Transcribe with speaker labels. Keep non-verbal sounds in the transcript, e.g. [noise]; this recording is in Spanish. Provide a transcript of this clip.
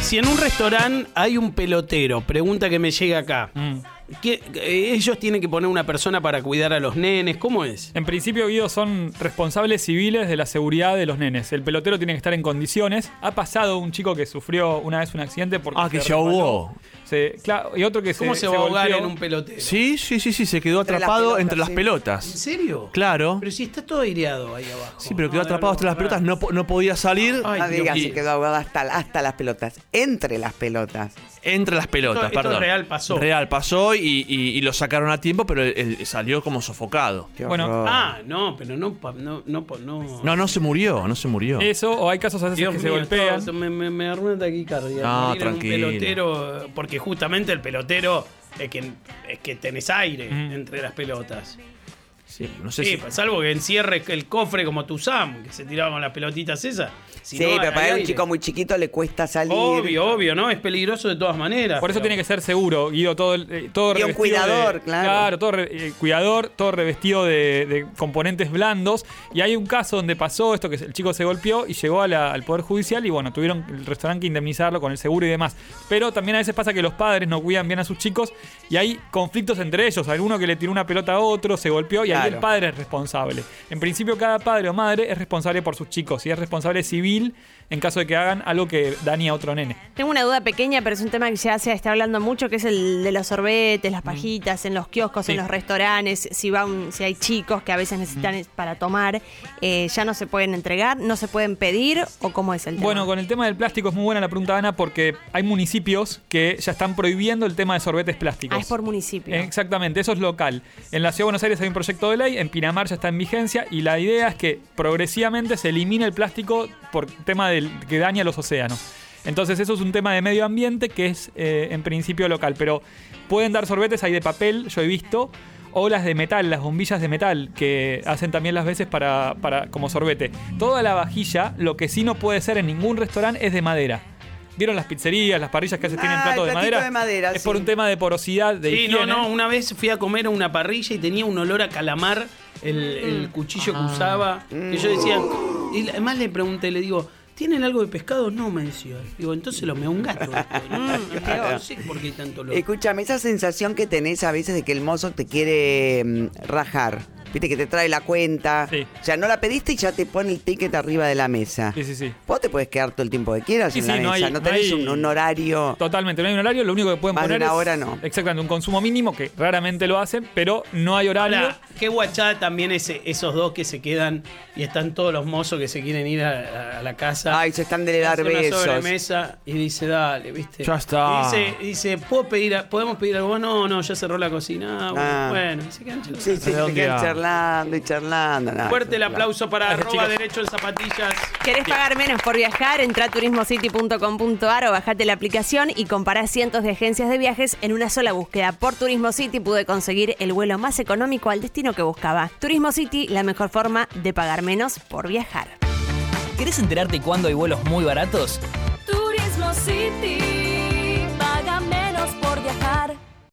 Speaker 1: si en un restaurante hay un pelotero, pregunta que me llega acá,
Speaker 2: Mm.
Speaker 1: ¿qué- eh, ¿ellos tienen que poner una persona para cuidar a los nenes? ¿Cómo es?
Speaker 2: En principio, Guido, son responsables civiles de la seguridad de los nenes. El pelotero tiene que estar en condiciones. Ha pasado un chico que sufrió una vez un accidente porque.
Speaker 3: Ah, que
Speaker 2: se
Speaker 3: se ahogó.
Speaker 2: resbaló. Se- claro, y otro que
Speaker 1: ¿Cómo se, va a ahogar
Speaker 2: golpeó.
Speaker 1: en un pelotero?
Speaker 3: Sí, sí, sí, sí, se quedó
Speaker 4: Entre las
Speaker 3: atrapado
Speaker 4: pelotas,
Speaker 3: entre las
Speaker 4: sí.
Speaker 1: ¿En
Speaker 3: pelotas.
Speaker 1: serio?
Speaker 3: Claro.
Speaker 1: Pero si está todo aireado ahí abajo. Ah,
Speaker 3: Sí, pero quedó
Speaker 1: No,
Speaker 3: atrapado entre las pelotas, no, po- no podía salir
Speaker 1: Ay,
Speaker 4: No
Speaker 1: Dios
Speaker 4: digas,
Speaker 1: mío.
Speaker 4: se quedó ahogado hasta, hasta las pelotas. Entre las pelotas.
Speaker 3: entre las pelotas,
Speaker 1: Esto- esto
Speaker 3: perdón.
Speaker 1: real pasó.
Speaker 3: Real pasó y, y- y lo sacaron a tiempo, pero él, él salió como sofocado.
Speaker 4: Qué
Speaker 2: Bueno,
Speaker 4: horror.
Speaker 1: Ah, no, pero no, pa- no, no, pa- no.
Speaker 3: No, no se murió, no se murió.
Speaker 2: Eso, o hay casos a veces
Speaker 1: Dios
Speaker 2: que
Speaker 1: mío,
Speaker 2: se golpean.
Speaker 1: todo- me, me, me arruina taquicardia.
Speaker 3: No,
Speaker 1: Morir en
Speaker 3: tranquilo.
Speaker 1: Un pelotero, eh, porque justamente el pelotero es que, es que tenés aire entre las pelotas.
Speaker 3: Sí, no sé
Speaker 1: Sí,
Speaker 3: si.
Speaker 1: pues, salvo que encierres el cofre como tu Sam, que se tiraba con las pelotitas esas. Si
Speaker 4: sí,
Speaker 1: no,
Speaker 4: pero
Speaker 1: al
Speaker 4: para un
Speaker 1: aire.
Speaker 4: chico muy chiquito le cuesta salir.
Speaker 1: Obvio, obvio, ¿no? Es peligroso de todas maneras.
Speaker 2: Por eso
Speaker 1: pero-
Speaker 2: tiene que ser seguro, Guido, todo, el- eh, todo
Speaker 4: Y un
Speaker 2: revestido de-
Speaker 4: cuidador, claro.
Speaker 2: todo re- eh, cuidador, todo revestido de, de componentes blandos. Y hay un caso donde pasó esto, que el chico se golpeó y llegó a la- al Poder Judicial y bueno, tuvieron el restaurante que indemnizarlo con el seguro y demás. Pero también a veces pasa que los padres no cuidan bien a sus chicos y hay conflictos entre ellos. Alguno que le tiró una pelota a otro, se golpeó y ahí
Speaker 4: Claro.
Speaker 2: el padre es responsable. En principio cada padre o madre es responsable por sus chicos y es responsable civil en caso de que hagan algo que dañe a otro nene.
Speaker 5: Tengo una duda pequeña, pero es un tema que ya se está hablando mucho, que es el de los sorbetes, las pajitas, en los
Speaker 2: Mm.
Speaker 5: kioscos,
Speaker 2: Sí. Mm.
Speaker 5: en los restaurantes, si va un- si hay chicos que a veces necesitan es- para tomar, eh, ya no se pueden entregar, no se pueden pedir, o cómo es el tema. Ah,
Speaker 2: Bueno, con el tema del plástico es muy buena la pregunta, Ana, porque hay municipios que ya están prohibiendo el tema de sorbetes plásticos.
Speaker 5: Ah, es por municipio.
Speaker 2: Exactamente, eso es local. En la Ciudad de Buenos Aires hay un proyecto de ley, en Pinamar ya está en vigencia y la idea es que progresivamente se elimine el plástico por tema del que daña los océanos. Entonces eso es un tema de medio ambiente que es eh, en principio local, pero pueden dar sorbetes, hay de papel, yo he visto, o las de metal, las bombillas de metal que hacen también las veces para, para como sorbete. Toda la vajilla, lo que sí no puede ser en ningún restaurante es de madera. ¿Vieron las pizzerías, las parrillas que a veces tienen
Speaker 4: Ah,
Speaker 2: plato
Speaker 4: el
Speaker 2: de
Speaker 4: platito
Speaker 2: madera?
Speaker 4: de madera,
Speaker 2: es por
Speaker 4: sí.
Speaker 2: un tema de porosidad, de
Speaker 1: Sí, no,
Speaker 2: higiene.
Speaker 1: no. Una vez fui a comer a una parrilla y tenía un olor a calamar el, el
Speaker 4: Mm.
Speaker 1: cuchillo
Speaker 4: Ah.
Speaker 1: que usaba. Y yo decía. Y la- además le pregunté, le digo. ¿Tienen algo de pescado? No, me decía. Digo, entonces lo me un gato. Mm,
Speaker 4: [laughs]
Speaker 1: No, no sé por qué hay tanto olor.
Speaker 4: Escúchame, esa sensación que tenés a veces de que el mozo te quiere mm, rajar. Viste que te trae la cuenta.
Speaker 2: Sí.
Speaker 4: Ya no la pediste y ya te pone el ticket arriba de la mesa.
Speaker 2: Sí, sí, sí.
Speaker 4: Vos te puedes quedar todo el tiempo que quieras
Speaker 2: Sí,
Speaker 4: en
Speaker 2: sí,
Speaker 4: la
Speaker 2: no
Speaker 4: mesa.
Speaker 2: hay-
Speaker 4: no
Speaker 2: no
Speaker 4: tenés
Speaker 2: hay-
Speaker 4: un, un horario.
Speaker 2: Totalmente, no hay un horario, lo único que pueden
Speaker 4: Más de
Speaker 2: poner
Speaker 4: una
Speaker 2: es-
Speaker 4: hora no.
Speaker 2: Exactamente, un consumo mínimo que raramente lo hacen, pero no hay horario.
Speaker 1: Ahora, qué guachada también ese- esos dos que se quedan y están todos los mozos que se quieren ir a, a- a la casa.
Speaker 4: Ay, se están de dar
Speaker 1: Hace una
Speaker 4: besos.
Speaker 1: sobremesa y dice, dale, viste.
Speaker 3: Ya está.
Speaker 1: Y dice, dice, ¿puedo pedir, a- ¿podemos pedir algo? No, no, ya cerró la cocina. Ah,
Speaker 4: Ah.
Speaker 1: Bueno, y se quedan charlando.
Speaker 4: Sí, sí,
Speaker 3: ¿De dónde
Speaker 4: se quedan
Speaker 3: va?
Speaker 4: charlando y charlando. no,
Speaker 1: Fuerte el
Speaker 4: claro.
Speaker 1: aplauso para
Speaker 2: Gracias,
Speaker 1: arroba
Speaker 2: chicos.
Speaker 1: derecho en zapatillas.
Speaker 5: ¿Querés pagar menos por viajar? Entra a turismocity.com.ar o bajate la aplicación y compará cientos de agencias de viajes en una sola búsqueda. Por Turismo City pude conseguir el vuelo más económico al destino que buscaba. Turismo City, la mejor forma de pagar menos por viajar.
Speaker 6: ¿Querés enterarte cuándo hay vuelos muy baratos?
Speaker 7: Turismo City, paga menos por viajar.